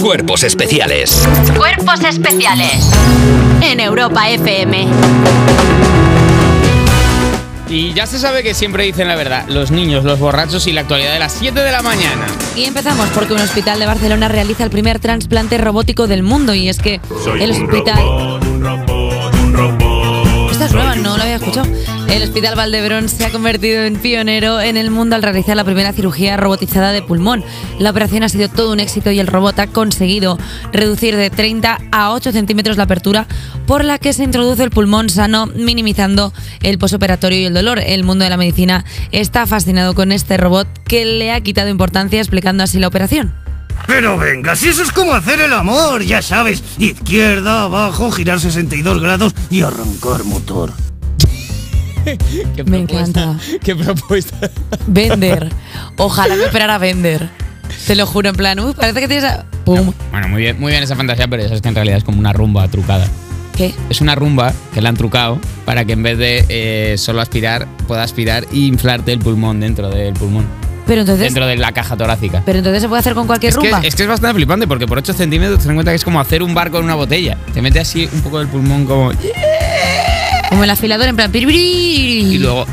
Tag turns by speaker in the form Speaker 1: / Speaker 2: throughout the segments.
Speaker 1: Cuerpos especiales.
Speaker 2: Cuerpos especiales en Europa FM.
Speaker 3: Y ya se sabe que siempre dicen la verdad, los niños, los borrachos y la actualidad de las 7 de la mañana.
Speaker 4: Y empezamos porque un hospital de Barcelona realiza el primer trasplante robótico del mundo y es que
Speaker 5: Soy
Speaker 4: el
Speaker 5: un
Speaker 4: hospital...
Speaker 5: robot, un robot, un robot.
Speaker 4: Esta es nueva, no la había escuchado. El Hospital Valdebrón se ha convertido en pionero en el mundo al realizar la primera cirugía robotizada de pulmón. La operación ha sido todo un éxito y el robot ha conseguido reducir de 30 a 8 centímetros la apertura por la que se introduce el pulmón sano, minimizando el posoperatorio y el dolor. El mundo de la medicina está fascinado con este robot que le ha quitado importancia explicando así la operación.
Speaker 6: Pero venga, si eso es como hacer el amor, ya sabes. Izquierda, abajo, girar 62 grados y arrancar motor.
Speaker 3: ¿Qué
Speaker 4: Me
Speaker 3: propuesta?
Speaker 4: encanta.
Speaker 3: ¿Qué propuesta?
Speaker 4: Vender. Ojalá me operara Vender. Te lo juro, en plan, uy, parece que tienes... a- ¡Pum!
Speaker 3: Bueno, muy bien, muy bien esa fantasía, pero eso es que en realidad es como una rumba trucada.
Speaker 4: ¿Qué?
Speaker 3: Es una rumba que la han trucado para que en vez de eh, solo aspirar, pueda aspirar y inflarte el pulmón dentro del pulmón,
Speaker 4: Pero entonces...
Speaker 3: dentro de la caja torácica.
Speaker 4: Pero entonces se puede hacer con cualquier
Speaker 3: Es que,
Speaker 4: rumba.
Speaker 3: es que es bastante flipante porque por 8 centímetros ten en cuenta que es como hacer un barco en una botella. Te mete así un poco del pulmón como...
Speaker 4: Como el afilador en plan. piribiri.
Speaker 3: Y luego...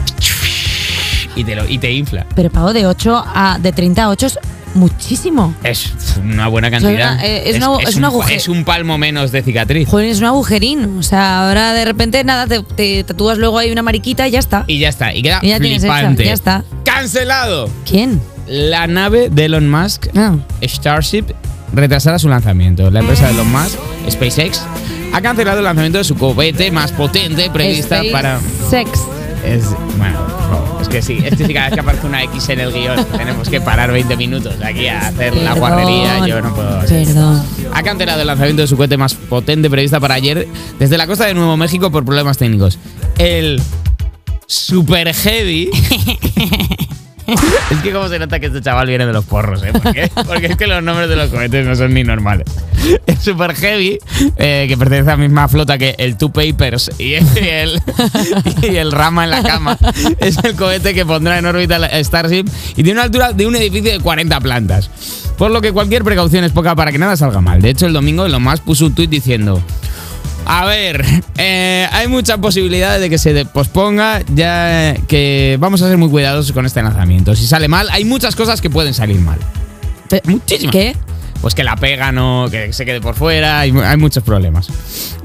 Speaker 3: Y te, lo, y te infla.
Speaker 4: Pero pago de 8 a. de 30 a 8 es muchísimo.
Speaker 3: Es una buena
Speaker 4: Es una-
Speaker 3: cantidad.
Speaker 4: eh, es una- es
Speaker 3: un, pa-
Speaker 4: una agujera.
Speaker 3: es un palmo menos de cicatriz.
Speaker 4: Joder, es un agujerín. O sea, ahora de repente nada, te, te tatúas luego ahí una mariquita y ya está.
Speaker 3: Y ya está. Y queda
Speaker 4: Y ya tienes
Speaker 3: flipante.
Speaker 4: hecha, ya está.
Speaker 3: ¡Cancelado!
Speaker 4: ¿Quién?
Speaker 3: La nave de Elon Musk,
Speaker 4: Ah.
Speaker 3: Starship, retrasará su lanzamiento. La empresa de Elon Musk, SpaceX, ha cancelado el lanzamiento de su cohete más potente prevista
Speaker 4: Space
Speaker 3: para...
Speaker 4: Sex.
Speaker 3: Es, bueno, por favor, es que sí, es que sí, cada vez que aparece una X en el guión tenemos que parar 20 minutos aquí a hacer la
Speaker 4: Perdón.
Speaker 3: guardería. Yo no puedo...
Speaker 4: Perdón.
Speaker 3: Ha cancelado el lanzamiento de su cohete más potente prevista para ayer desde la costa de Nuevo México por problemas técnicos. El Super Heavy. Es que como se nota que este chaval viene de los porros, ¿eh? ¿Por qué? Porque es que los nombres de los cohetes no son ni normales. El Super Heavy, eh, que pertenece a la misma flota que el Two Papers y el, y el Rama en la cama, es el cohete que pondrá en órbita la Starship y tiene una altura de un edificio de 40 plantas. Por lo que cualquier precaución es poca para que nada salga mal. De hecho, el domingo Elon Musk puso un tuit diciendo... A ver, eh, hay muchas posibilidades de que se de- posponga, ya que vamos a ser muy cuidadosos con este lanzamiento. Si sale mal, hay muchas cosas que pueden salir mal.
Speaker 4: Pe-
Speaker 3: Muchísimas.
Speaker 4: ¿Qué?
Speaker 3: Pues que la pega no, que se quede por fuera, hay, mu- hay muchos problemas.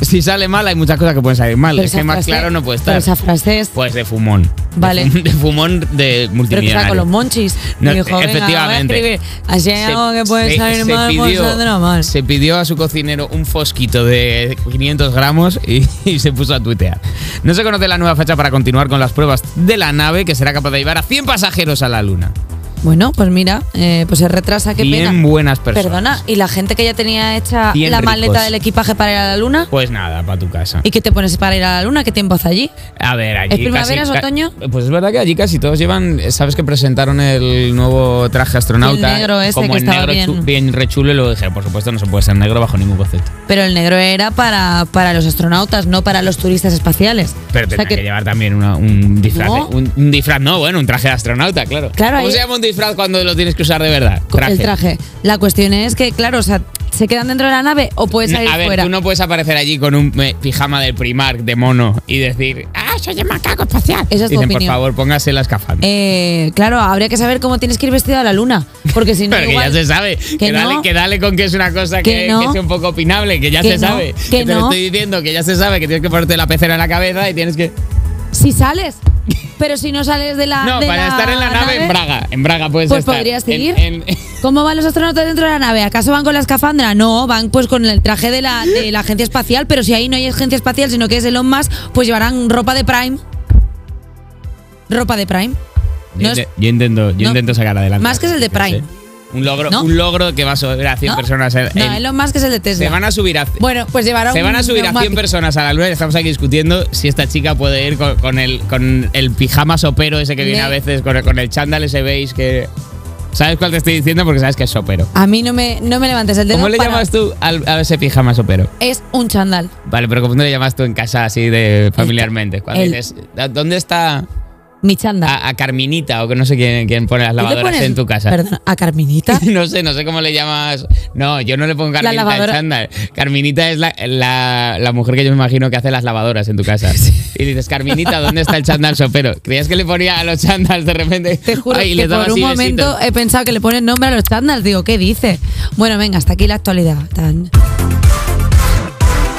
Speaker 3: Si sale mal, hay muchas cosas que pueden salir mal.
Speaker 4: Pero
Speaker 3: es que
Speaker 4: esa
Speaker 3: más
Speaker 4: frase-
Speaker 3: claro no puede
Speaker 4: pero
Speaker 3: estar.
Speaker 4: esa frase es.
Speaker 3: Pues de fumón. De
Speaker 4: Vale.
Speaker 3: fum- De fumón de
Speaker 4: Creo que estaba
Speaker 3: multimillonario.
Speaker 4: con los monchis.
Speaker 3: No,
Speaker 4: y dijo, venga, voy a
Speaker 3: efectivamente.
Speaker 4: escribir. Así hay algo que puede
Speaker 3: se-
Speaker 4: salir
Speaker 3: se
Speaker 4: mal, pues
Speaker 3: pidió-
Speaker 4: saldrá mal.
Speaker 3: se pidió a su cocinero un fosquito de 500 gramos y, y se puso a tuitear. No se conoce la nueva fecha para continuar con las pruebas de la nave que será capaz de llevar a 100 pasajeros a la Luna.
Speaker 4: Bueno, pues mira, eh, pues se retrasa, qué
Speaker 3: 100
Speaker 4: pena.
Speaker 3: buenas personas.
Speaker 4: Perdona, ¿y la gente que ya tenía hecha
Speaker 3: Bien
Speaker 4: la
Speaker 3: ricos.
Speaker 4: maleta del equipaje para ir a la luna?
Speaker 3: Pues nada, para tu casa.
Speaker 4: ¿Y qué te pones para ir a la luna? ¿Qué tiempo hace allí?
Speaker 3: A ver, allí.
Speaker 4: ¿Es primavera,
Speaker 3: casi-
Speaker 4: es otoño?
Speaker 3: ca- Pues es verdad que allí casi todos llevan. Sabes que presentaron el nuevo traje astronauta.
Speaker 4: El negro ese
Speaker 3: como
Speaker 4: que
Speaker 3: el
Speaker 4: estaba
Speaker 3: negro
Speaker 4: bien.
Speaker 3: chu- bien rechulo y luego dije, por supuesto, no se puede ser negro bajo ningún concepto.
Speaker 4: Pero el negro era para, para los astronautas, no para los turistas espaciales.
Speaker 3: Pero
Speaker 4: O sea
Speaker 3: tendrá que, llevar también una- un disfraz.
Speaker 4: No.
Speaker 3: de- Un, un disfraz, no, bueno, un traje de astronauta, claro.
Speaker 4: Claro,
Speaker 3: ¿Cómo
Speaker 4: ahí-
Speaker 3: se llama un disfraz cuando lo tienes que usar de verdad?
Speaker 4: co- el traje. La cuestión es que, claro, o sea, ¿se quedan dentro de la nave o pueden
Speaker 3: No,
Speaker 4: salir
Speaker 3: a ver,
Speaker 4: fuera?
Speaker 3: tú no puedes aparecer allí con un eh, pijama del Primark de mono y decir, ¡ah, soy el macaco espacial!
Speaker 4: Esa es tu
Speaker 3: Dicen, por
Speaker 4: opinión.
Speaker 3: favor, póngase la escafandra.
Speaker 4: Eh, claro, habría que saber cómo tienes que ir vestido a la luna. Porque si no,
Speaker 3: Pero que
Speaker 4: igual-
Speaker 3: ya se sabe.
Speaker 4: que
Speaker 3: Que, dale,
Speaker 4: no.
Speaker 3: que dale con que es una cosa que,
Speaker 4: Que no.
Speaker 3: que sea un poco opinable, que ya
Speaker 4: Que
Speaker 3: se
Speaker 4: no.
Speaker 3: sabe. te
Speaker 4: Que no.
Speaker 3: lo estoy diciendo, que ya se sabe que tienes que ponerte la pecera en la cabeza y tienes que.
Speaker 4: Si sales. Pero si no sales de la.
Speaker 3: No,
Speaker 4: Ah, de
Speaker 3: para
Speaker 4: la
Speaker 3: estar en la nave, en Braga. En Braga puedes
Speaker 4: Pues
Speaker 3: estar.
Speaker 4: podrías
Speaker 3: En-
Speaker 4: ir.
Speaker 3: en-
Speaker 4: ¿Cómo van los astronautas dentro de la nave? ¿Acaso van con la escafandra? No, van pues con el traje de la, de la agencia espacial, pero si ahí no hay agencia espacial, sino que es Elon Musk, pues llevarán ropa de Prime. Ropa de Prime.
Speaker 3: Yo,
Speaker 4: No es-
Speaker 3: inte- yo intento, yo
Speaker 4: no.
Speaker 3: intento sacar adelante.
Speaker 4: Más que es el de
Speaker 3: No sé.
Speaker 4: Prime.
Speaker 3: Un logro,
Speaker 4: ¿No?
Speaker 3: un logro que va a subir a 100
Speaker 4: ¿No?
Speaker 3: personas. en-
Speaker 4: No,
Speaker 3: en-
Speaker 4: Elon Musk es el de Tesla.
Speaker 3: se van a subir a.
Speaker 4: bueno, pues llevarán
Speaker 3: se van a
Speaker 4: un
Speaker 3: subir a 100
Speaker 4: neumático.
Speaker 3: personas a la luna y estamos aquí discutiendo si esta chica puede ir con, con el, con el pijama sopero ese que viene
Speaker 4: Le-
Speaker 3: a veces, con, el- con el chándal ese veis que... ¿Sabes cuál te estoy diciendo? Porque sabes que es sopero.
Speaker 4: A mí no me, no me levantes el dedo.
Speaker 3: ¿Cómo le
Speaker 4: para-
Speaker 3: llamas tú al- a ese pijama sopero?
Speaker 4: Es un chandal.
Speaker 3: Vale, pero ¿cómo le llamas tú en casa así de familiarmente? Cuando
Speaker 4: el-
Speaker 3: dices, "¿Dó- ¿dónde está
Speaker 4: Mi chanda.
Speaker 3: a, a Carminita o que no sé quién, quién pone las
Speaker 4: ¿Tú te
Speaker 3: Ah, lavadoras
Speaker 4: pones-
Speaker 3: en tu casa.
Speaker 4: Perdona, a Carminita.
Speaker 3: No sé, no sé cómo le llamas. No, yo no le pongo Carminita en
Speaker 4: lavadora.
Speaker 3: chándal. Carminita es la, la- la mujer que yo me imagino que hace las lavadoras en tu casa. Y dices, Carminita, ¿dónde está el chándal sopero? ¿Creías que le ponía a los chándals de repente?
Speaker 4: Te juro
Speaker 3: Ay, y
Speaker 4: que
Speaker 3: les daba
Speaker 4: por un
Speaker 3: así
Speaker 4: momento
Speaker 3: besitos.
Speaker 4: he pensado que le ponen nombre a los chándals. Digo, ¿qué dice? Bueno, venga, hasta aquí la actualidad. Tan.